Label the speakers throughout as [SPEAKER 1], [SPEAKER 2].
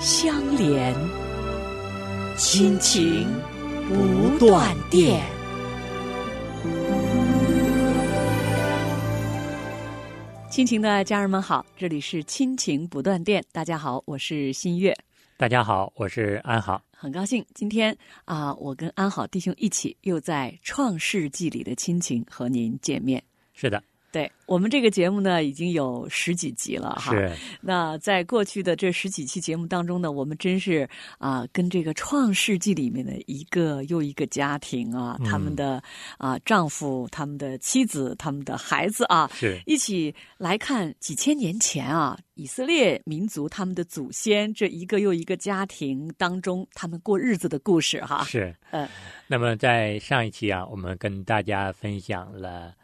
[SPEAKER 1] 相连，亲情不断电。亲情的家人们好，这里是亲情不断电。大家好，我是新月，
[SPEAKER 2] 大家好，我是安好。
[SPEAKER 1] 很高兴今天啊、我跟安好弟兄一起又在《创世纪》里的亲情和您见面。
[SPEAKER 2] 是的，
[SPEAKER 1] 对我们这个节目呢，已经有十几集了哈。
[SPEAKER 2] 是
[SPEAKER 1] 那在过去的这十几期节目当中呢，我们真是啊、跟这个《创世纪》里面的一个又一个家庭啊，他们的啊、丈夫、他们的妻子、他们的孩子啊，
[SPEAKER 2] 是
[SPEAKER 1] 一起来看几千年前啊，以色列民族他们的祖先这一个又一个家庭当中，他们过日子的故事哈。
[SPEAKER 2] 是。
[SPEAKER 1] 呃，
[SPEAKER 2] 那么在上一期啊，我们跟大家分享了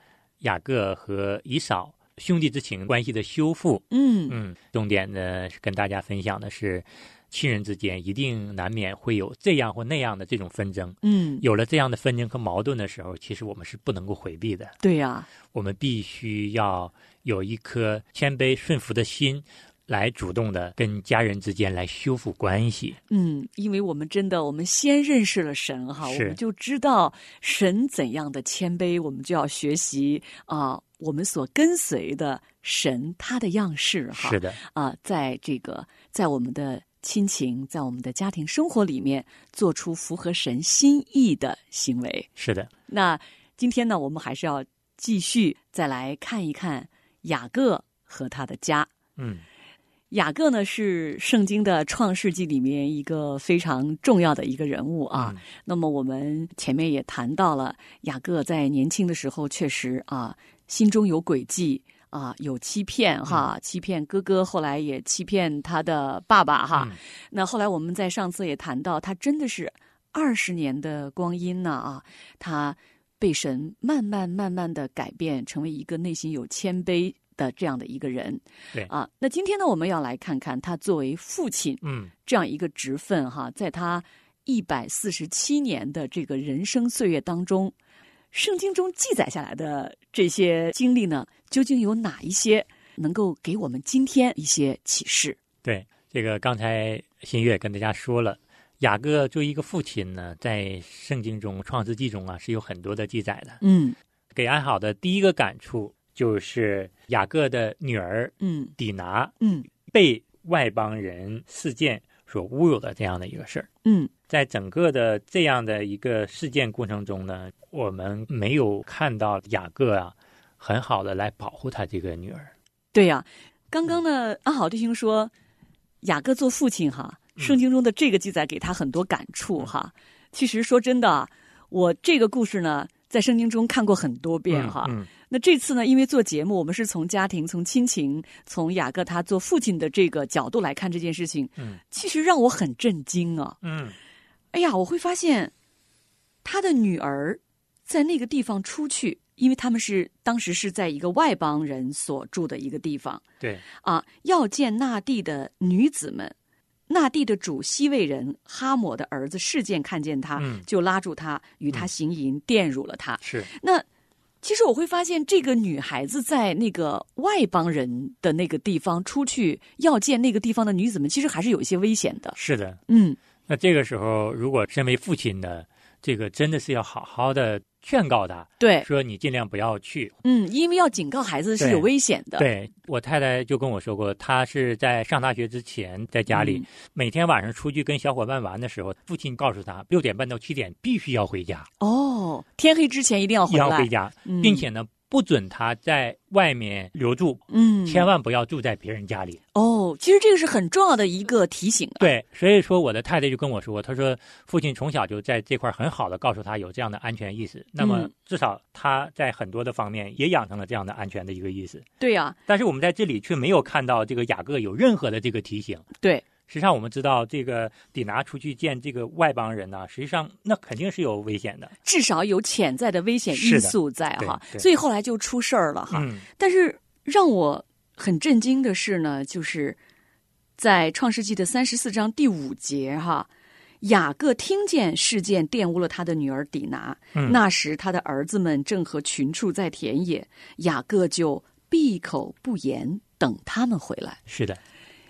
[SPEAKER 2] 雅各和以扫兄弟之情关系的修复。
[SPEAKER 1] 嗯，
[SPEAKER 2] 嗯，重点呢是跟大家分享的是，亲人之间一定难免会有这样或那样的这种纷争。
[SPEAKER 1] 嗯，
[SPEAKER 2] 有了这样的纷争和矛盾的时候，其实我们是不能够回避的。
[SPEAKER 1] 对呀、
[SPEAKER 2] 我们必须要有一颗谦卑顺服的心，来主动的跟家人之间来修复关系。
[SPEAKER 1] 嗯，因为我们真的，我们先认识了神哈，我
[SPEAKER 2] 是
[SPEAKER 1] 们就知道神怎样的谦卑，我们就要学习啊、我们所跟随的神他的样式哈。
[SPEAKER 2] 是的，
[SPEAKER 1] 啊、在这个在我们的亲情，在我们的家庭生活里面，做出符合神心意的行为。
[SPEAKER 2] 是的，
[SPEAKER 1] 那今天呢，我们还是要继续再来看一看雅各和他的家。
[SPEAKER 2] 嗯，
[SPEAKER 1] 雅各呢是圣经的创世纪里面一个非常重要的一个人物啊。
[SPEAKER 2] 嗯
[SPEAKER 1] 那么我们前面也谈到了，雅各在年轻的时候确实啊，心中有诡计啊，有欺骗哈，
[SPEAKER 2] 嗯
[SPEAKER 1] 欺骗哥哥，后来也欺骗他的爸爸哈。
[SPEAKER 2] 嗯
[SPEAKER 1] 那后来我们在上次也谈到，他真的是二十年的光阴呢啊，他被神慢慢慢慢的改变，成为一个内心有谦卑的这样的一个人。
[SPEAKER 2] 对
[SPEAKER 1] 啊，那今天呢，我们要来看看他作为父亲
[SPEAKER 2] 嗯，
[SPEAKER 1] 这样一个职分哈，在他一百四十七年的这个人生岁月当中，圣经中记载下来的这些经历呢，究竟有哪一些能够给我们今天一些启示？
[SPEAKER 2] 对，这个刚才新月跟大家说了，雅各作为一个父亲呢，在圣经中《创世纪》中啊是有很多的记载的。
[SPEAKER 1] 嗯
[SPEAKER 2] 给安好的第一个感触就是雅各的女儿
[SPEAKER 1] 嗯
[SPEAKER 2] 底拿
[SPEAKER 1] 嗯
[SPEAKER 2] 被外邦人事件所侮辱的这样的一个事儿。
[SPEAKER 1] 嗯
[SPEAKER 2] 在整个的这样的一个事件过程中呢，我们没有看到雅各啊很好的来保护他这个女儿。
[SPEAKER 1] 对呀、
[SPEAKER 2] 嗯
[SPEAKER 1] 刚刚呢，安好弟兄说，雅各做父亲哈，
[SPEAKER 2] 嗯
[SPEAKER 1] 圣经中的这个记载给他很多感触哈。其实说真的啊，我这个故事呢，在圣经中看过很多遍哈。
[SPEAKER 2] 嗯，嗯
[SPEAKER 1] 那这次呢，因为做节目，我们是从家庭、从亲情、从雅各他做父亲的这个角度来看这件事情，
[SPEAKER 2] 嗯，
[SPEAKER 1] 其实让我很震惊啊！
[SPEAKER 2] 嗯，
[SPEAKER 1] 哎呀，我会发现他的女儿在那个地方出去，因为他们是当时是在一个外邦人所住的一个地方。
[SPEAKER 2] 对，
[SPEAKER 1] 啊，要见纳地的女子们。纳地的主西魏人哈姆的儿子事件看见他，
[SPEAKER 2] 嗯
[SPEAKER 1] 就拉住他，与他行淫，玷辱了他。
[SPEAKER 2] 是，
[SPEAKER 1] 那其实我会发现，这个女孩子在那个外邦人的那个地方出去要见那个地方的女子们，其实还是有一些危险的。
[SPEAKER 2] 是的。
[SPEAKER 1] 嗯，
[SPEAKER 2] 那这个时候，如果身为父亲的，这个真的是要好好的劝告他，
[SPEAKER 1] 对，
[SPEAKER 2] 说你尽量不要去。
[SPEAKER 1] 嗯，因为要警告孩子是
[SPEAKER 2] 对
[SPEAKER 1] 有危险的。，
[SPEAKER 2] 对我太太就跟我说过，她是在上大学之前，在家里、
[SPEAKER 1] 嗯
[SPEAKER 2] 每天晚上出去跟小伙伴玩的时候，父亲告诉她六点半到七点必须要回家，
[SPEAKER 1] 哦，天黑之前一定要
[SPEAKER 2] 一
[SPEAKER 1] 回
[SPEAKER 2] 定要
[SPEAKER 1] 来
[SPEAKER 2] 回，家，
[SPEAKER 1] 嗯
[SPEAKER 2] 并且呢，不准她在外面留住，
[SPEAKER 1] 嗯，
[SPEAKER 2] 千万不要住在别人家里。
[SPEAKER 1] 哦，其实这个是很重要的一个提醒啊。
[SPEAKER 2] 对，所以说我的太太就跟我说，她说父亲从小就在这块儿很好的告诉她有这样的安全意识，那么
[SPEAKER 1] 嗯
[SPEAKER 2] 至少她在很多的方面也养成了这样的安全的一个意识。
[SPEAKER 1] 对呀、啊
[SPEAKER 2] 但是我们在这里却没有看到这个雅各有任何的这个提醒，
[SPEAKER 1] 对，
[SPEAKER 2] 实际上我们知道，这个底拿出去见这个外邦人呢、实际上那肯定是有危险的。
[SPEAKER 1] 至少有潜在的危险因素在哈
[SPEAKER 2] 是的对，对
[SPEAKER 1] 所以后来就出事儿了哈。
[SPEAKER 2] 嗯
[SPEAKER 1] 但是让我很震惊的是呢，就是在《创世纪》的三十四章第五节哈，雅各听见事件玷污了他的女儿底拿，
[SPEAKER 2] 嗯
[SPEAKER 1] 那时他的儿子们正和群畜在田野，雅各就闭口不言，等他们回来。
[SPEAKER 2] 是的，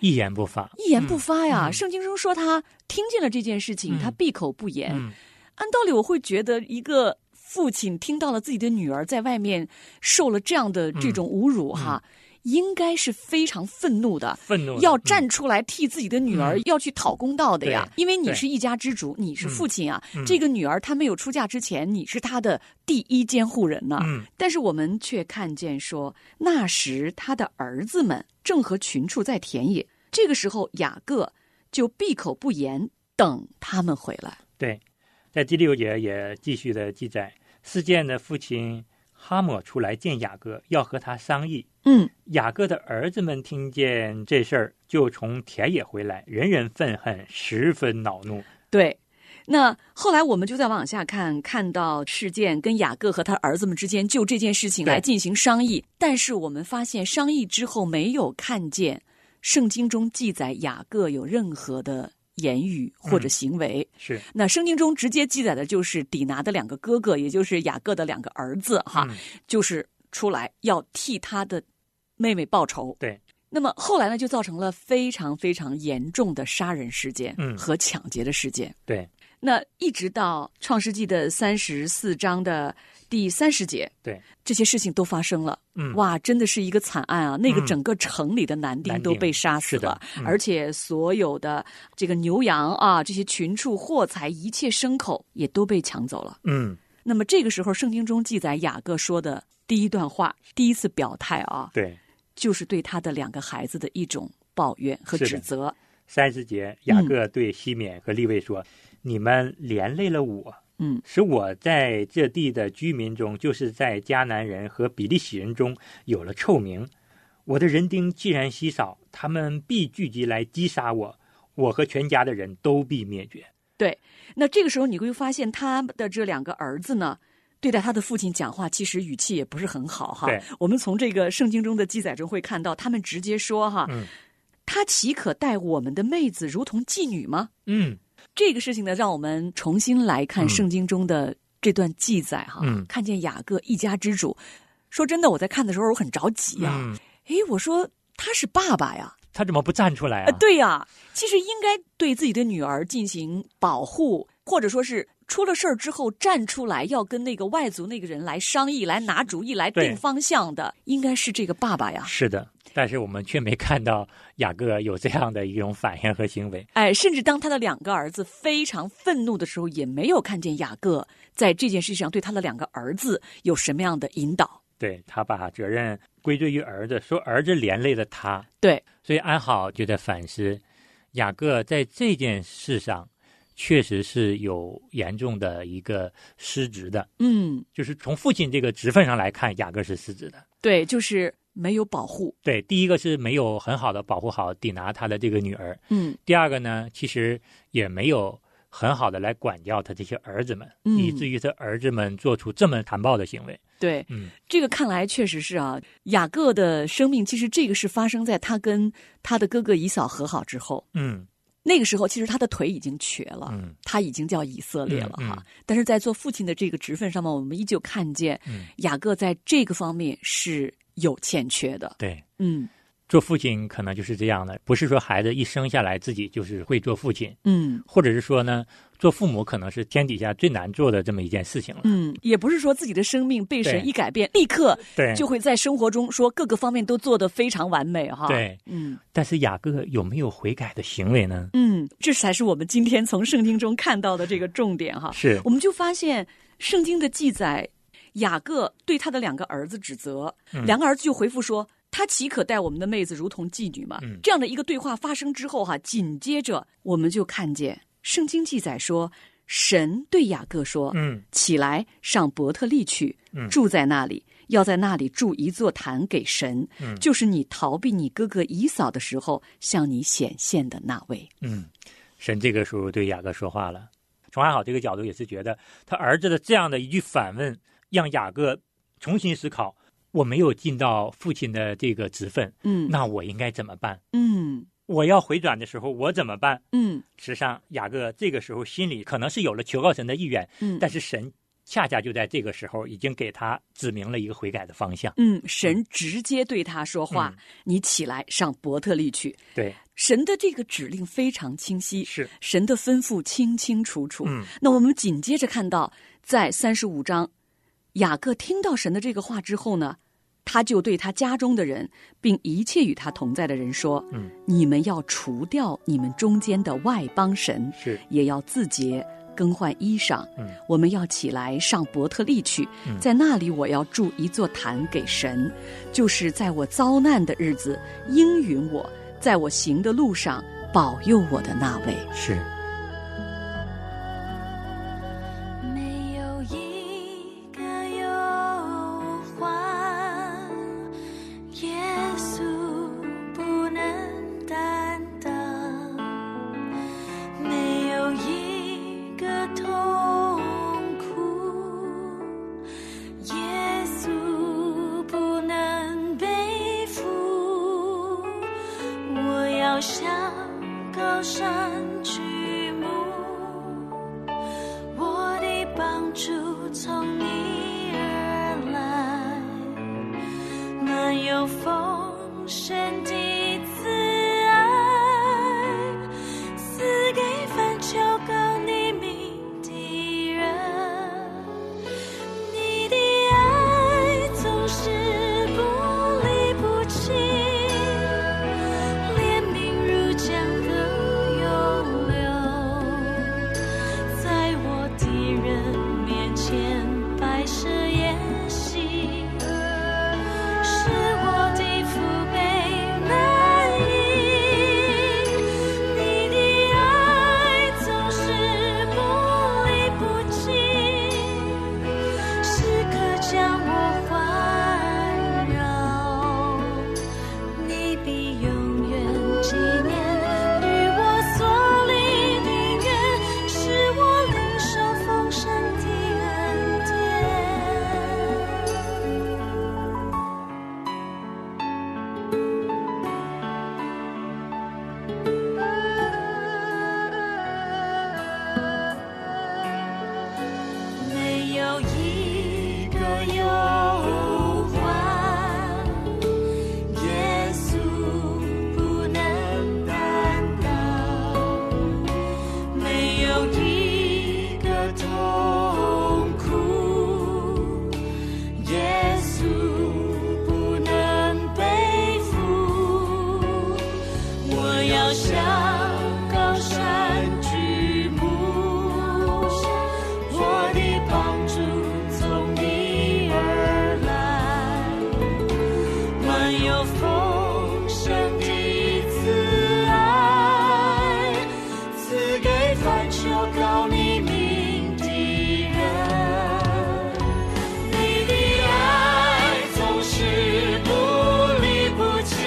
[SPEAKER 2] 一言不发。
[SPEAKER 1] 一言不发呀！圣经中说他听见了这件事情，
[SPEAKER 2] 嗯
[SPEAKER 1] 他闭口不言。
[SPEAKER 2] 嗯，
[SPEAKER 1] 按道理，我会觉得一个父亲听到了自己的女儿在外面受了这样的这种侮辱哈，应该是非常愤怒的。
[SPEAKER 2] 嗯愤怒的
[SPEAKER 1] 要
[SPEAKER 2] 嗯
[SPEAKER 1] 站出来替自己的女儿、要去讨公道的呀，
[SPEAKER 2] 对
[SPEAKER 1] 因为你
[SPEAKER 2] 对
[SPEAKER 1] 是一家之主，你是父亲啊。
[SPEAKER 2] 嗯
[SPEAKER 1] 这个女儿她没有出嫁之前，你是她的第一监护人呢、
[SPEAKER 2] 嗯
[SPEAKER 1] 但是我们却看见说，那时他的儿子们正和群畜在田野，这个时候雅各就闭口不言，等他们回来。
[SPEAKER 2] 对，在第六节也继续的记载，事件的父亲哈姆出来见雅各，要和他商议。
[SPEAKER 1] 嗯，
[SPEAKER 2] 雅各的儿子们听见这事儿，就从田野回来，人人愤恨，十分恼怒。
[SPEAKER 1] 对。那后来我们就再往下看，看到事件跟雅各和他儿子们之间就这件事情
[SPEAKER 2] 对
[SPEAKER 1] 来进行商议，但是我们发现商议之后没有看见圣经中记载雅各有任何的言语或者
[SPEAKER 2] 嗯
[SPEAKER 1] 行为。
[SPEAKER 2] 是
[SPEAKER 1] 那圣经中直接记载的就是底拿的两个哥哥，也就是雅各的两个儿子哈，
[SPEAKER 2] 嗯
[SPEAKER 1] 就是出来要替他的妹妹报仇。
[SPEAKER 2] 对。
[SPEAKER 1] 那么后来呢，就造成了非常非常严重的杀人事件
[SPEAKER 2] 嗯
[SPEAKER 1] 和抢劫的事件。
[SPEAKER 2] 对
[SPEAKER 1] 那一直到《创世纪》的三十四章的第三十节，
[SPEAKER 2] 对，
[SPEAKER 1] 这些事情都发生了。
[SPEAKER 2] 嗯，
[SPEAKER 1] 哇，真的是一个惨案啊！那个
[SPEAKER 2] 嗯
[SPEAKER 1] 整个城里的男丁
[SPEAKER 2] 男
[SPEAKER 1] 都
[SPEAKER 2] 丁
[SPEAKER 1] 被杀死
[SPEAKER 2] 是的
[SPEAKER 1] 了，
[SPEAKER 2] 嗯
[SPEAKER 1] 而且所有的这个牛羊啊，这些群畜、货财、一切牲口也都被抢走了。
[SPEAKER 2] 嗯，
[SPEAKER 1] 那么这个时候，圣经中记载雅各说的第一段话，第一次表态啊，
[SPEAKER 2] 对。
[SPEAKER 1] 就是对他的两个孩子的一种抱怨和
[SPEAKER 2] 是的
[SPEAKER 1] 指责。
[SPEAKER 2] 三十节，雅各对西缅和利未说：“你们连累了我，
[SPEAKER 1] 嗯，
[SPEAKER 2] 使我在这地的居民中，就是在迦南人和比利洗人中有了臭名。我的人丁既然稀少，他们必聚集来击杀我，我和全家的人都必灭绝。
[SPEAKER 1] 对，那这个时候你会发现他的这两个儿子呢，对待他的父亲讲话，其实语气也不是很好哈
[SPEAKER 2] 对。
[SPEAKER 1] 我们从这个圣经中的记载中会看到，他们直接说哈，
[SPEAKER 2] 嗯
[SPEAKER 1] 他岂可待我们的妹子如同妓女吗？”
[SPEAKER 2] 嗯，
[SPEAKER 1] 这个事情呢，让我们重新来看
[SPEAKER 2] 嗯
[SPEAKER 1] 圣经中的这段记载哈，
[SPEAKER 2] 嗯
[SPEAKER 1] 看见雅各一家之主。说真的，我在看的时候我很着急呀、
[SPEAKER 2] 嗯
[SPEAKER 1] 诶，我说他是爸爸呀，
[SPEAKER 2] 他怎么不站出来
[SPEAKER 1] 啊
[SPEAKER 2] 啊？，
[SPEAKER 1] 对呀、其实应该对自己的女儿进行保护，或者说是出了事儿之后站出来，要跟那个外族那个人来商议、来拿主意、来
[SPEAKER 2] 对
[SPEAKER 1] 定方向的，应该是这个爸爸呀。
[SPEAKER 2] 是的，但是我们却没看到雅各有这样的一种反应和行为。
[SPEAKER 1] 哎，甚至当他的两个儿子非常愤怒的时候，也没有看见雅各在这件事情上对他的两个儿子有什么样的引导。
[SPEAKER 2] 对他把责任归罪于儿子，说儿子连累了他。
[SPEAKER 1] 对，
[SPEAKER 2] 所以安好就在反思，雅各在这件事上确实是有严重的一个失职的，
[SPEAKER 1] 嗯，
[SPEAKER 2] 就是从父亲这个职分上来看，雅各是失职的。
[SPEAKER 1] 对，就是没有保护。
[SPEAKER 2] 对，第一个是没有很好的保护好底拿他的这个女儿，
[SPEAKER 1] 嗯，
[SPEAKER 2] 第二个呢，其实也没有很好的来管教他这些儿子们，
[SPEAKER 1] 嗯
[SPEAKER 2] 以至于他儿子们做出这么残暴的行为。
[SPEAKER 1] 对，
[SPEAKER 2] 嗯，
[SPEAKER 1] 这个看来确实是啊，雅各的生命其实这个是发生在他跟他的哥哥以扫和好之后。
[SPEAKER 2] 嗯
[SPEAKER 1] 那个时候，其实他的腿已经瘸了，
[SPEAKER 2] 嗯
[SPEAKER 1] 他已经叫以色列了
[SPEAKER 2] 嗯
[SPEAKER 1] 哈。
[SPEAKER 2] 嗯
[SPEAKER 1] 但是在做父亲的这个职分上面，我们依旧看见
[SPEAKER 2] 嗯，
[SPEAKER 1] 雅各在这个方面是有欠缺的。
[SPEAKER 2] 对。
[SPEAKER 1] 嗯
[SPEAKER 2] 做父亲可能就是这样的，不是说孩子一生下来自己就是会做父亲，
[SPEAKER 1] 嗯
[SPEAKER 2] 或者是说呢，做父母可能是天底下最难做的这么一件事情了。
[SPEAKER 1] 嗯，也不是说自己的生命被神
[SPEAKER 2] 对
[SPEAKER 1] 一改变，立刻
[SPEAKER 2] 对
[SPEAKER 1] 就会在生活中说各个方面都做得非常完美哈。，
[SPEAKER 2] 对，
[SPEAKER 1] 嗯。
[SPEAKER 2] 但是雅各有没有悔改的行为呢？
[SPEAKER 1] 嗯，这才是我们今天从圣经中看到的这个重点哈。
[SPEAKER 2] 是
[SPEAKER 1] 我们就发现圣经的记载，雅各对他的两个儿子指责，
[SPEAKER 2] 嗯
[SPEAKER 1] 两个儿子就回复说：“他岂可待我们的妹子如同妓女吗？”
[SPEAKER 2] 嗯
[SPEAKER 1] 这样的一个对话发生之后哈、紧接着我们就看见圣经记载说，神对雅各说：“
[SPEAKER 2] 嗯
[SPEAKER 1] 起来，上伯特利去
[SPEAKER 2] 嗯，
[SPEAKER 1] 住在那里。要在那里筑一座坛给神，
[SPEAKER 2] 嗯
[SPEAKER 1] 就是你逃避你哥哥以扫的时候向你显现的那位。
[SPEAKER 2] 嗯，神这个时候对雅各说话了。从还好这个角度也是觉得他儿子的这样的一句反问，让雅各重新思考：我没有尽到父亲的这个职分，
[SPEAKER 1] 嗯
[SPEAKER 2] 那我应该怎么办？
[SPEAKER 1] 嗯
[SPEAKER 2] 我要回转的时候，我怎么办？
[SPEAKER 1] 嗯
[SPEAKER 2] 实际上，雅各这个时候心里可能是有了求告神的意愿，
[SPEAKER 1] 嗯，
[SPEAKER 2] 但是神恰恰就在这个时候已经给他指明了一个悔改的方向。
[SPEAKER 1] 嗯，神直接对他说话：“
[SPEAKER 2] 嗯
[SPEAKER 1] 你起来上伯特利去。
[SPEAKER 2] 对，”
[SPEAKER 1] 神的这个指令非常清晰，
[SPEAKER 2] 是，
[SPEAKER 1] 神的吩咐清清楚楚。
[SPEAKER 2] 嗯
[SPEAKER 1] 那我们紧接着看到，在三十五章，雅各听到神的这个话之后呢，他就对他家中的人，并一切与他同在的人说：“
[SPEAKER 2] 嗯
[SPEAKER 1] 你们要除掉你们中间的外邦神，
[SPEAKER 2] 是，
[SPEAKER 1] 也要自洁，更换衣裳。
[SPEAKER 2] 嗯
[SPEAKER 1] 我们要起来上伯特利去，
[SPEAKER 2] 嗯
[SPEAKER 1] 在那里我要筑一座坛给神，就是在我遭难的日子应允我，在我行的路上保佑我的那位。”
[SPEAKER 2] 是，
[SPEAKER 3] 没有一个忧患，耶稣不能担当；没有一个痛苦，耶稣不能背负。我要向高山举目。我的帮助从你而来，满有丰盛的慈爱，赐给凡求告你名的人。你的爱总是不离不弃，怜悯如江河永流。在我的人面前摆设宴席，是我的父辈难应。你的爱总是不离不弃，时刻将我环绕。你必永远纪念与我所立的约，是我领受丰盛的恩典。没有一个忧患。耶稣不能担当，没有一个痛苦，耶稣不能背负。我要向高山举目，我的帮助从你而来。满有丰盛的慈爱，赐给凡求告你名的人。你的爱总是不离不弃，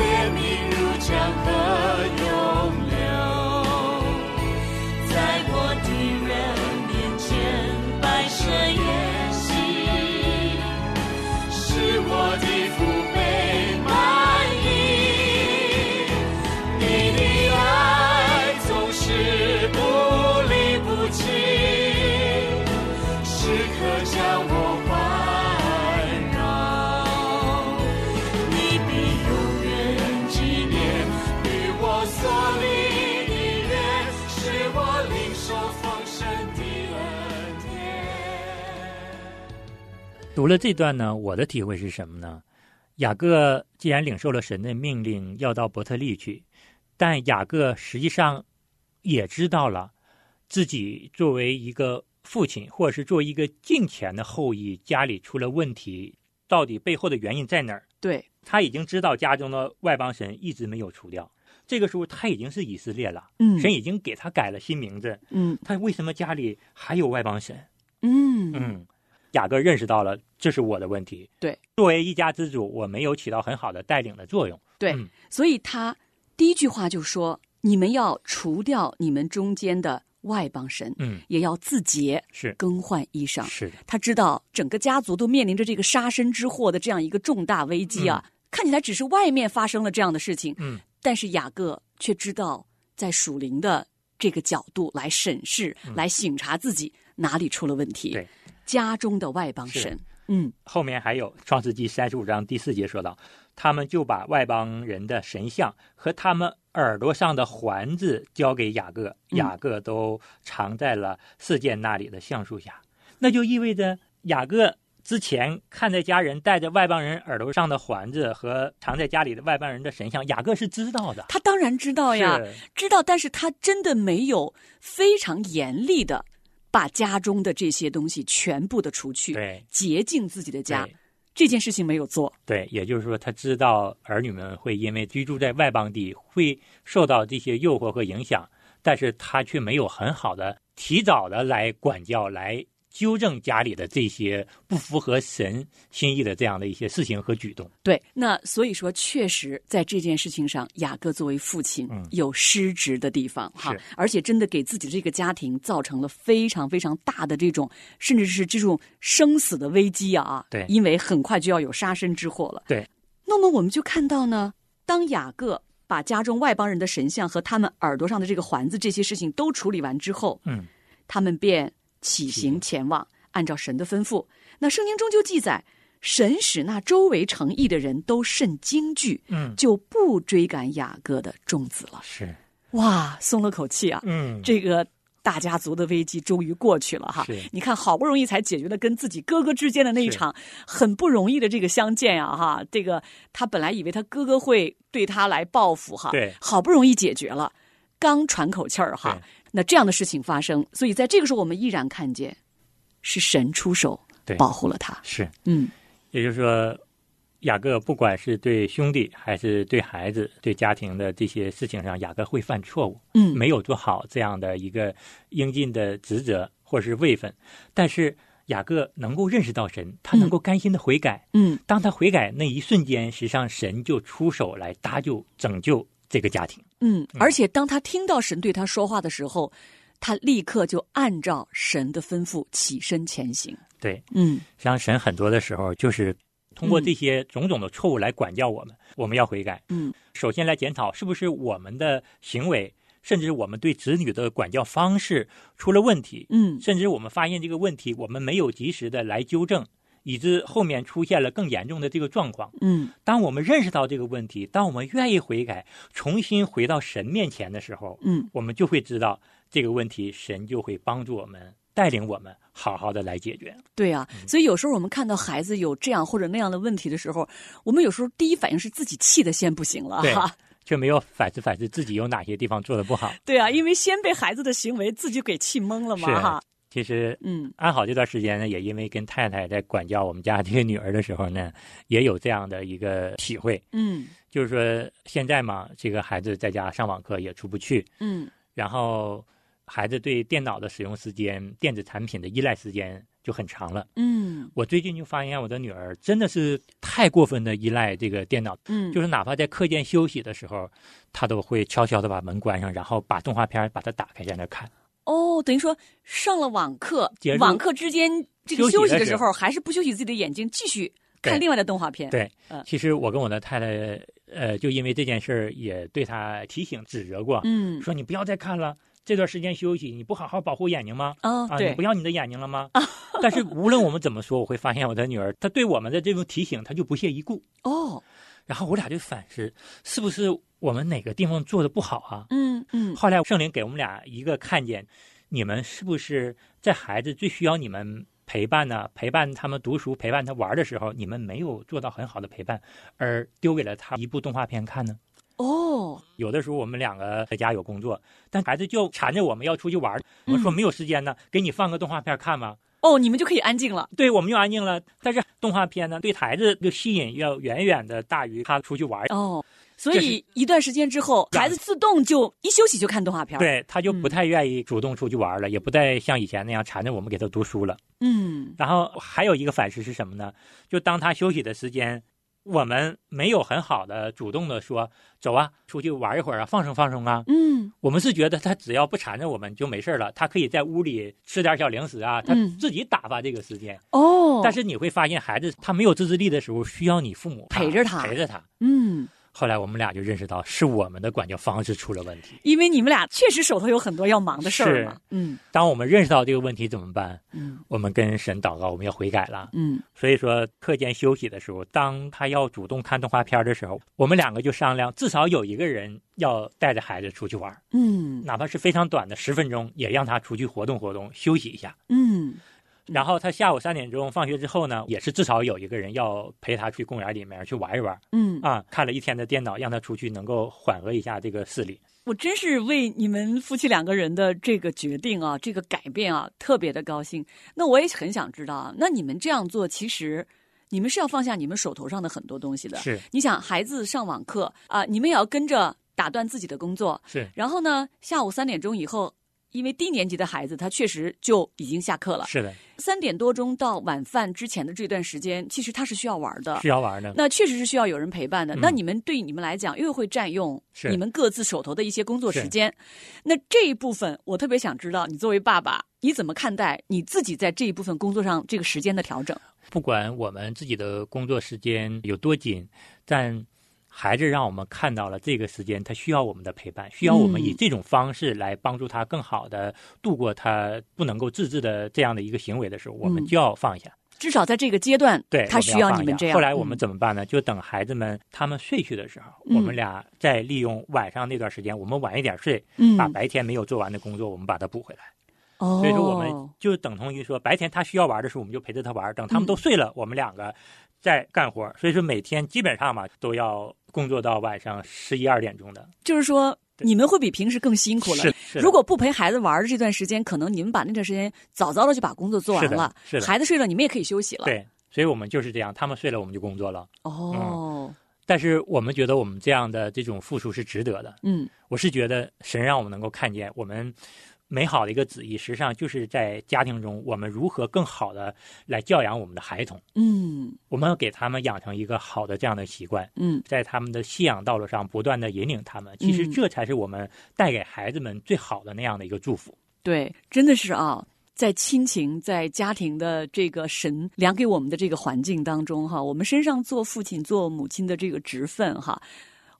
[SPEAKER 3] 怜悯如江河永流。在我的人面前摆设宴席。是我的父辈满意。你的爱总是不离不弃，时刻将我环绕。你必永远纪念与我所立的约，是我领受丰盛的恩典。
[SPEAKER 2] 读了这段呢，我的体会是什么呢？雅各既然领受了神的命令，要到伯特利去，但雅各实际上也知道了自己作为一个父亲，或者是作为一个近前的后裔，家里出了问题，到底背后的原因在哪儿？
[SPEAKER 1] 对，
[SPEAKER 2] 他已经知道家中的外邦神一直没有除掉，这个时候他已经是以色列了，
[SPEAKER 1] 嗯
[SPEAKER 2] 神已经给他改了新名字，
[SPEAKER 1] 嗯
[SPEAKER 2] 他为什么家里还有外邦神？
[SPEAKER 1] 嗯
[SPEAKER 2] 嗯，雅各认识到了这是我的问题。
[SPEAKER 1] 对，
[SPEAKER 2] 作为一家之主，我没有起到很好的带领的作用。
[SPEAKER 1] 对，
[SPEAKER 2] 嗯
[SPEAKER 1] 所以他第一句话就说：“你们要除掉你们中间的外邦神，
[SPEAKER 2] 嗯，
[SPEAKER 1] 也要自洁，
[SPEAKER 2] 是
[SPEAKER 1] 更换衣裳。
[SPEAKER 2] 是的，
[SPEAKER 1] 他知道整个家族都面临着这个杀身之祸的这样一个重大危机啊，看起来只是外面发生了这样的事情，
[SPEAKER 2] 嗯，
[SPEAKER 1] 但是雅各却知道在属灵的这个角度来审视、来省察自己哪里出了问题。
[SPEAKER 2] 嗯对，
[SPEAKER 1] 家中的外邦
[SPEAKER 2] 是
[SPEAKER 1] 神，嗯，
[SPEAKER 2] 后面还有《创世纪》三十五章第四节说到，他们就把外邦人的神像和他们耳朵上的环子交给雅各，
[SPEAKER 1] 嗯
[SPEAKER 2] 雅各都藏在了事件那里的橡树下。那就意味着雅各之前看在家人带着外邦人耳朵上的环子和藏在家里的外邦人的神像，雅各是知道的。
[SPEAKER 1] 他当然知道呀，
[SPEAKER 2] 是
[SPEAKER 1] 知道，但是他真的没有非常严厉的把家中的这些东西全部的除去，
[SPEAKER 2] 对
[SPEAKER 1] 洁净自己的家
[SPEAKER 2] 对，
[SPEAKER 1] 这件事情没有做。
[SPEAKER 2] 对，也就是说，他知道儿女们会因为居住在外邦地会受到这些诱惑和影响，但是他却没有很好的、提早的来管教、来纠正家里的这些不符合神心意的这样的一些事情和举动。
[SPEAKER 1] 对，那所以说，确实在这件事情上，雅各作为父亲
[SPEAKER 2] 嗯
[SPEAKER 1] 有失职的地方、哈
[SPEAKER 2] 是，
[SPEAKER 1] 而且真的给自己这个家庭造成了非常非常大的这种，甚至是这种生死的危机啊！
[SPEAKER 2] 对
[SPEAKER 1] 因为很快就要有杀身之祸了。
[SPEAKER 2] 对，
[SPEAKER 1] 那么我们就看到呢，当雅各把家中外邦人的神像和他们耳朵上的这个环子这些事情都处理完之后，
[SPEAKER 2] 嗯，
[SPEAKER 1] 他们便起行前往，按照神的吩咐。那圣经中就记载，神使那周围城邑的人都甚惊惧，
[SPEAKER 2] 嗯
[SPEAKER 1] 就不追赶雅各的众子了。
[SPEAKER 2] 是，
[SPEAKER 1] 哇，松了口气啊！
[SPEAKER 2] 嗯，
[SPEAKER 1] 这个大家族的危机终于过去了哈
[SPEAKER 2] 是。
[SPEAKER 1] 你看，好不容易才解决了跟自己哥哥之间的那一场很不容易的这个相见呀、哈。这个他本来以为他哥哥会对他来报复哈，
[SPEAKER 2] 对
[SPEAKER 1] 好不容易解决了，刚喘口气儿哈
[SPEAKER 2] 对。
[SPEAKER 1] 那这样的事情发生，所以在这个时候，我们依然看见是神出手
[SPEAKER 2] 对
[SPEAKER 1] 保护了他。
[SPEAKER 2] 是，
[SPEAKER 1] 嗯，
[SPEAKER 2] 也就是说，雅各不管是对兄弟还是对孩子、对家庭的这些事情上，雅各会犯错误，
[SPEAKER 1] 嗯
[SPEAKER 2] 没有做好这样的一个应尽的职责或是位分，但是雅各能够认识到神，他能够甘心的悔改。
[SPEAKER 1] 嗯，
[SPEAKER 2] 当他悔改那一瞬间，实际上神就出手来搭救、拯救这个家庭。
[SPEAKER 1] 嗯，而且当他听到神对他说话的时候，他立刻就按照神的吩咐起身前行。
[SPEAKER 2] 对，
[SPEAKER 1] 嗯，
[SPEAKER 2] 实际上神很多的时候就是通过
[SPEAKER 1] 嗯
[SPEAKER 2] 这些种种的错误来管教我们，我们要悔改。
[SPEAKER 1] 嗯，
[SPEAKER 2] 首先来检讨是不是我们的行为，甚至我们对子女的管教方式出了问题，
[SPEAKER 1] 嗯，
[SPEAKER 2] 甚至我们发现这个问题，我们没有及时的来纠正。以致后面出现了更严重的这个状况。
[SPEAKER 1] 嗯，
[SPEAKER 2] 当我们认识到这个问题，当我们愿意悔改，重新回到神面前的时候，
[SPEAKER 1] 嗯，
[SPEAKER 2] 我们就会知道这个问题，神就会帮助我们，带领我们好好的来解决。
[SPEAKER 1] 对啊，
[SPEAKER 2] 嗯
[SPEAKER 1] 所以有时候我们看到孩子有这样或者那样的问题的时候，我们有时候第一反应是自己气的先不行了
[SPEAKER 2] 对
[SPEAKER 1] 哈。
[SPEAKER 2] 却没有反思反思自己有哪些地方做的不好。
[SPEAKER 1] 对啊，因为先被孩子的行为自己给气懵了嘛
[SPEAKER 2] 是啊
[SPEAKER 1] 哈。
[SPEAKER 2] 其实
[SPEAKER 1] 嗯
[SPEAKER 2] 安好这段时间呢，也因为跟太太在管教我们家这个女儿的时候呢，也有这样的一个体会，
[SPEAKER 1] 嗯
[SPEAKER 2] 就是说现在嘛，这个孩子在家上网课也出不去，
[SPEAKER 1] 嗯
[SPEAKER 2] 然后孩子对电脑的使用时间、电子产品的依赖时间就很长了。
[SPEAKER 1] 嗯
[SPEAKER 2] 我最近就发现我的女儿真的是太过分的依赖这个电脑，
[SPEAKER 1] 嗯，
[SPEAKER 2] 就是哪怕在课间休息的时候，她都会悄悄的把门关上，然后把动画片儿把它打开在那儿看。
[SPEAKER 1] 哦，等于说上了网课
[SPEAKER 2] 结，束
[SPEAKER 1] 网课之间这个
[SPEAKER 2] 休
[SPEAKER 1] 休
[SPEAKER 2] 息
[SPEAKER 1] 息
[SPEAKER 2] 的
[SPEAKER 1] 的
[SPEAKER 2] 时
[SPEAKER 1] 时
[SPEAKER 2] 候
[SPEAKER 1] 候，还是不休息自己的眼睛，继续
[SPEAKER 2] 对
[SPEAKER 1] 看另外的动画片。
[SPEAKER 2] 对
[SPEAKER 1] 嗯，
[SPEAKER 2] 其实我跟我的太太，呃，就因为这件事儿也对她提醒、指责过，
[SPEAKER 1] 嗯
[SPEAKER 2] 说你不要再看了，这段时间休息，你不好好保护眼睛吗？
[SPEAKER 1] 哦
[SPEAKER 2] 啊，你
[SPEAKER 1] 对啊
[SPEAKER 2] 不，要你的眼睛了吗？ 但是无论我们怎么说，我会发现我的女儿，她对我们的这种提醒，她就不屑一顾。
[SPEAKER 1] 哦
[SPEAKER 2] 然后我俩就反思，是不是我们哪个地方做的不好啊？
[SPEAKER 1] 嗯嗯
[SPEAKER 2] 后来圣灵给我们俩一个看见，你们是不是在孩子最需要你们陪伴呢？陪伴他们读书、陪伴他玩的时候，你们没有做到很好的陪伴，而丢给了他一部动画片看呢？
[SPEAKER 1] 哦
[SPEAKER 2] 有的时候我们两个在家有工作，但孩子就缠着我们要出去玩，我们说
[SPEAKER 1] 嗯
[SPEAKER 2] 没有时间呢，给你放个动画片看吧。
[SPEAKER 1] 哦，你们就可以安静了。
[SPEAKER 2] 对，我们就安静了。但是动画片呢，对孩子的吸引要远远的大于他出去玩。
[SPEAKER 1] 哦，所
[SPEAKER 2] 这
[SPEAKER 1] 以一段时间之后，
[SPEAKER 2] 呀
[SPEAKER 1] 孩子自动就一休息就看动画片儿。，
[SPEAKER 2] 对，他就不
[SPEAKER 1] 嗯
[SPEAKER 2] 太愿意主动出去玩了，也不再像以前那样缠着我们给他读书了。
[SPEAKER 1] 嗯
[SPEAKER 2] 然后还有一个反思是什么呢？就当他休息的时间，我们没有很好的主动的说走啊，出去玩一会儿啊，放松放松啊。
[SPEAKER 1] 嗯
[SPEAKER 2] 我们是觉得他只要不缠着我们就没事儿了，他可以在屋里吃点小零食啊，他
[SPEAKER 1] 嗯
[SPEAKER 2] 自己打发这个时间。
[SPEAKER 1] 哦，
[SPEAKER 2] 但是你会发现，孩子他没有自制力的时候，需要你父母
[SPEAKER 1] 陪着他
[SPEAKER 2] 陪着他。
[SPEAKER 1] 嗯，
[SPEAKER 2] 后来我们俩就认识到，是我们的管教方式出了问题。
[SPEAKER 1] 因为你们俩确实手头有很多要忙的事儿嘛
[SPEAKER 2] 是。
[SPEAKER 1] 嗯
[SPEAKER 2] 当我们认识到这个问题怎么办？
[SPEAKER 1] 嗯
[SPEAKER 2] 我们跟神祷告，我们要悔改了。
[SPEAKER 1] 嗯
[SPEAKER 2] 所以说，课间休息的时候，当他要主动看动画片的时候，我们两个就商量，至少有一个人要带着孩子出去玩儿，
[SPEAKER 1] 嗯
[SPEAKER 2] 哪怕是非常短的十分钟，也让他出去活动活动，休息一下。
[SPEAKER 1] 嗯
[SPEAKER 2] 然后他下午三点钟放学之后呢，也是至少有一个人要陪他去公园里面去玩一玩
[SPEAKER 1] 嗯，
[SPEAKER 2] 啊。看了一天的电脑，让他出去能够缓和一下这个视力。
[SPEAKER 1] 我真是为你们夫妻两个人的这个决定啊，这个改变啊，特别的高兴。那我也很想知道啊，那你们这样做，其实你们是要放下你们手头上的很多东西的。
[SPEAKER 2] 是啊
[SPEAKER 1] 你想，孩子上网课啊、你们也要跟着打断自己的工作，
[SPEAKER 2] 是
[SPEAKER 1] 然后呢，下午三点钟以后，因为低年级的孩子他确实就已经下课了，
[SPEAKER 2] 是的，
[SPEAKER 1] 三点多钟到晚饭之前的这段时间，其实他是需要玩的
[SPEAKER 2] 是。要玩的。
[SPEAKER 1] 那确实是需要有人陪伴的。
[SPEAKER 2] 嗯
[SPEAKER 1] 那你们对你们来讲，又会占用
[SPEAKER 2] 是
[SPEAKER 1] 你们各自手头的一些工作时间。那这一部分，我特别想知道，你作为爸爸，你怎么看待你自己在这一部分工作上这个时间的调整？
[SPEAKER 2] 不管我们自己的工作时间有多紧，但孩子让我们看到了这个时间，他需要我们的陪伴，需要我们以
[SPEAKER 1] 嗯
[SPEAKER 2] 这种方式来帮助他更好的度过他不能够自制的这样的一个行为的时候，我们
[SPEAKER 1] 嗯
[SPEAKER 2] 就要放下。
[SPEAKER 1] 至少在这个阶段，
[SPEAKER 2] 对，
[SPEAKER 1] 他
[SPEAKER 2] 我
[SPEAKER 1] 需
[SPEAKER 2] 要放
[SPEAKER 1] 你们
[SPEAKER 2] 下
[SPEAKER 1] 这样。
[SPEAKER 2] 后来我们
[SPEAKER 1] 嗯
[SPEAKER 2] 怎么办呢？就等孩子们他们睡去的时候，
[SPEAKER 1] 嗯
[SPEAKER 2] 我们俩再利用晚上那段时间，我们晚一点睡，
[SPEAKER 1] 嗯
[SPEAKER 2] 把白天没有做完的工作我们把它补回来。
[SPEAKER 1] 哦，
[SPEAKER 2] 所以说，我们就等同于说，白天他需要玩的时候，我们就陪着他玩；等他
[SPEAKER 1] 嗯
[SPEAKER 2] 们都睡了，我们两个再干活。所以说，每天基本上嘛，都要工作到晚上十一二点钟的。
[SPEAKER 1] 就是说。
[SPEAKER 2] 对
[SPEAKER 1] 你们会比平时更辛苦了。
[SPEAKER 2] 是是的
[SPEAKER 1] 如果不陪孩子玩儿的这段时间，可能你们把那段时间早早的就把工作做完
[SPEAKER 2] 是的
[SPEAKER 1] 了，
[SPEAKER 2] 是的
[SPEAKER 1] 孩子睡了，你们也可以休息了。，
[SPEAKER 2] 对，所以我们就是这样，他们睡了，我们就工作了。
[SPEAKER 1] 哦，
[SPEAKER 2] 但是我们觉得我们这样的这种付出是值得的。
[SPEAKER 1] 嗯
[SPEAKER 2] 我是觉得神让我们能够看见我们美好的一个旨意，实际上就是在家庭中，我们如何更好的来教养我们的孩童，
[SPEAKER 1] 嗯
[SPEAKER 2] 我们要给他们养成一个好的这样的习惯。
[SPEAKER 1] 嗯
[SPEAKER 2] 在他们的信仰道路上不断的引领他们，其实
[SPEAKER 1] 嗯
[SPEAKER 2] 这才是我们带给孩子们最好的那样的一个祝福。
[SPEAKER 1] 对，真的是啊，在亲情、在家庭的这个神量给我们的这个环境当中，哈，我们身上做父亲、做母亲的这个职分，哈，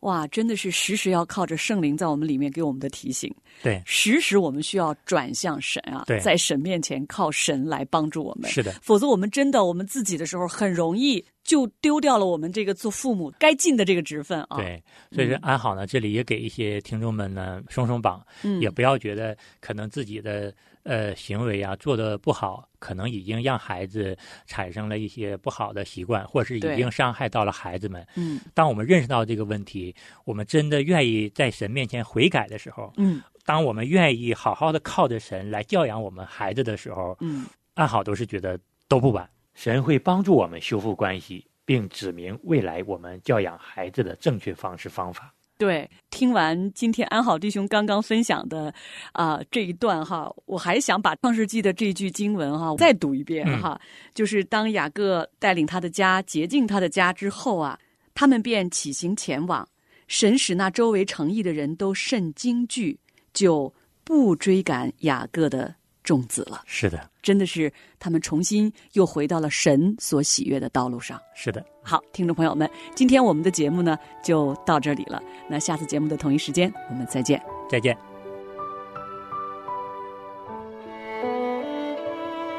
[SPEAKER 1] 哇，真的是时时要靠着圣灵在我们里面给我们的提醒，
[SPEAKER 2] 对，
[SPEAKER 1] 时时我们需要转向神啊
[SPEAKER 2] 对，
[SPEAKER 1] 在神面前靠神来帮助我们。
[SPEAKER 2] 是的，
[SPEAKER 1] 否则我们真的我们自己的时候，很容易就丢掉了我们这个做父母该尽的这个职分啊。，
[SPEAKER 2] 对，所以说安好呢，这里也给一些听众们呢松松绑，
[SPEAKER 1] 嗯，
[SPEAKER 2] 也不要觉得可能自己的呃行为啊做的不好，可能已经让孩子产生了一些不好的习惯，或是已
[SPEAKER 1] 对
[SPEAKER 2] 经伤害到了孩子们。
[SPEAKER 1] 嗯
[SPEAKER 2] 当我们认识到这个问题，我们真的愿意在神面前悔改的时候，
[SPEAKER 1] 嗯
[SPEAKER 2] 当我们愿意好好的靠着神来教养我们孩子的时候，
[SPEAKER 1] 嗯，
[SPEAKER 2] 安好都是觉得都不晚。神会帮助我们修复关系，并指明未来我们教养孩子的正确方式方法。
[SPEAKER 1] 对，听完今天安好弟兄刚刚分享的啊、这一段哈，我还想把创世纪的这句经文哈再读一遍哈，就是当雅各带领他的家洁净他的家之后啊，他们便起行前往，神使那周围诚意的人都甚惊惧，就不追赶雅各的种子了。
[SPEAKER 2] 是的，
[SPEAKER 1] 真的是他们重新又回到了神所喜悦的道路上。
[SPEAKER 2] 是的，
[SPEAKER 1] 好，听众朋友们，今天我们的节目呢就到这里了。那下次节目的同一时间，我们再见。
[SPEAKER 2] 再见。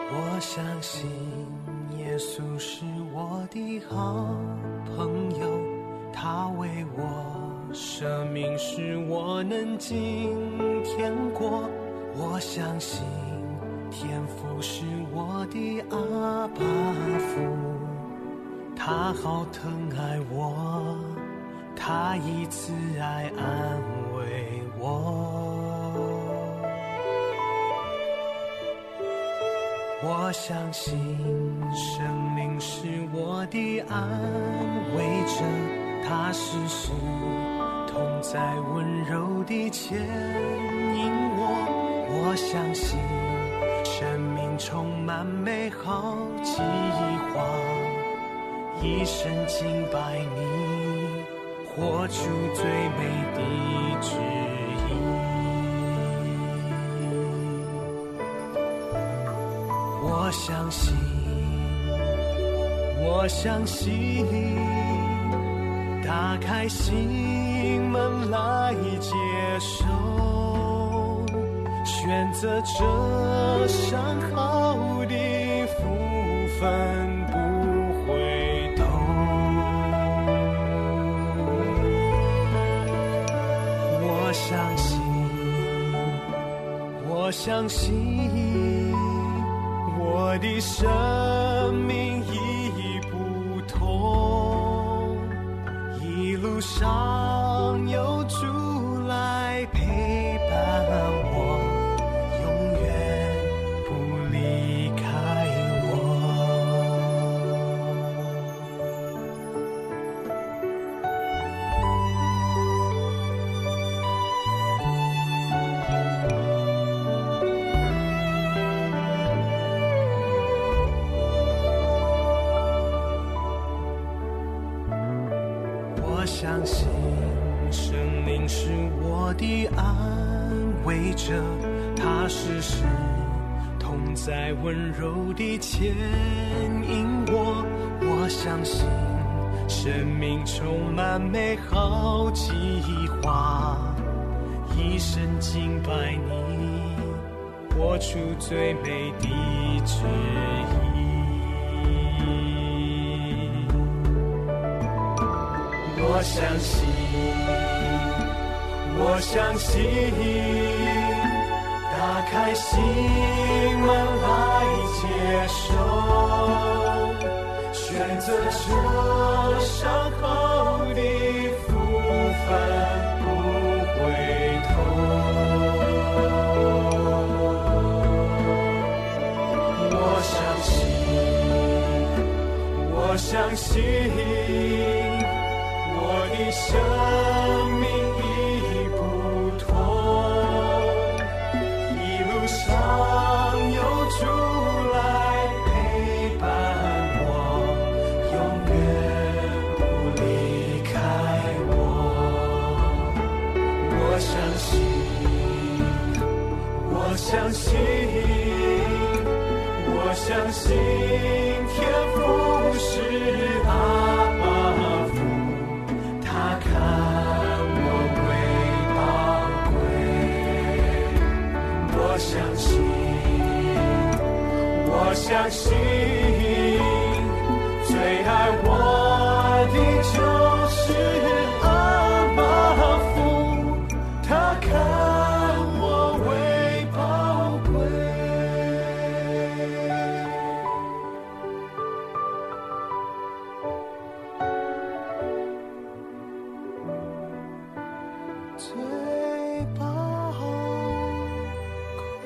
[SPEAKER 4] 我相信耶稣是我的好朋友，他为我舍命，使我能进天国。我相信天父是我的阿爸父，他好疼爱我，他以慈爱安慰我。我相信生命是我的安慰者，它时时在温柔地牵引我。我相信生命充满美好记忆，花一生敬拜你，活出最美的旨意。我相信，我相信，打开心门来接受，选择这上好的福分不回头。我相信，我相信我的生命已不同，一路上有主来陪伴我，永远不离开我。我相信神灵是我的安慰者，他时时同在温柔地牵引我。我相信生命充满美好计划，一生敬拜你，活出最美的旨意。我相信，我相信，打开心门来接受，选择这伤口的福分不回头。我相信，我相信。我的生命已不同，一路上有主来陪伴我，永远不离开我。我相信，我相信，我相信天父是阿爸父。他看我为宝贵，我相信，我相信，最爱我的就是阿爸父，他看我为宝贵。最宝贵。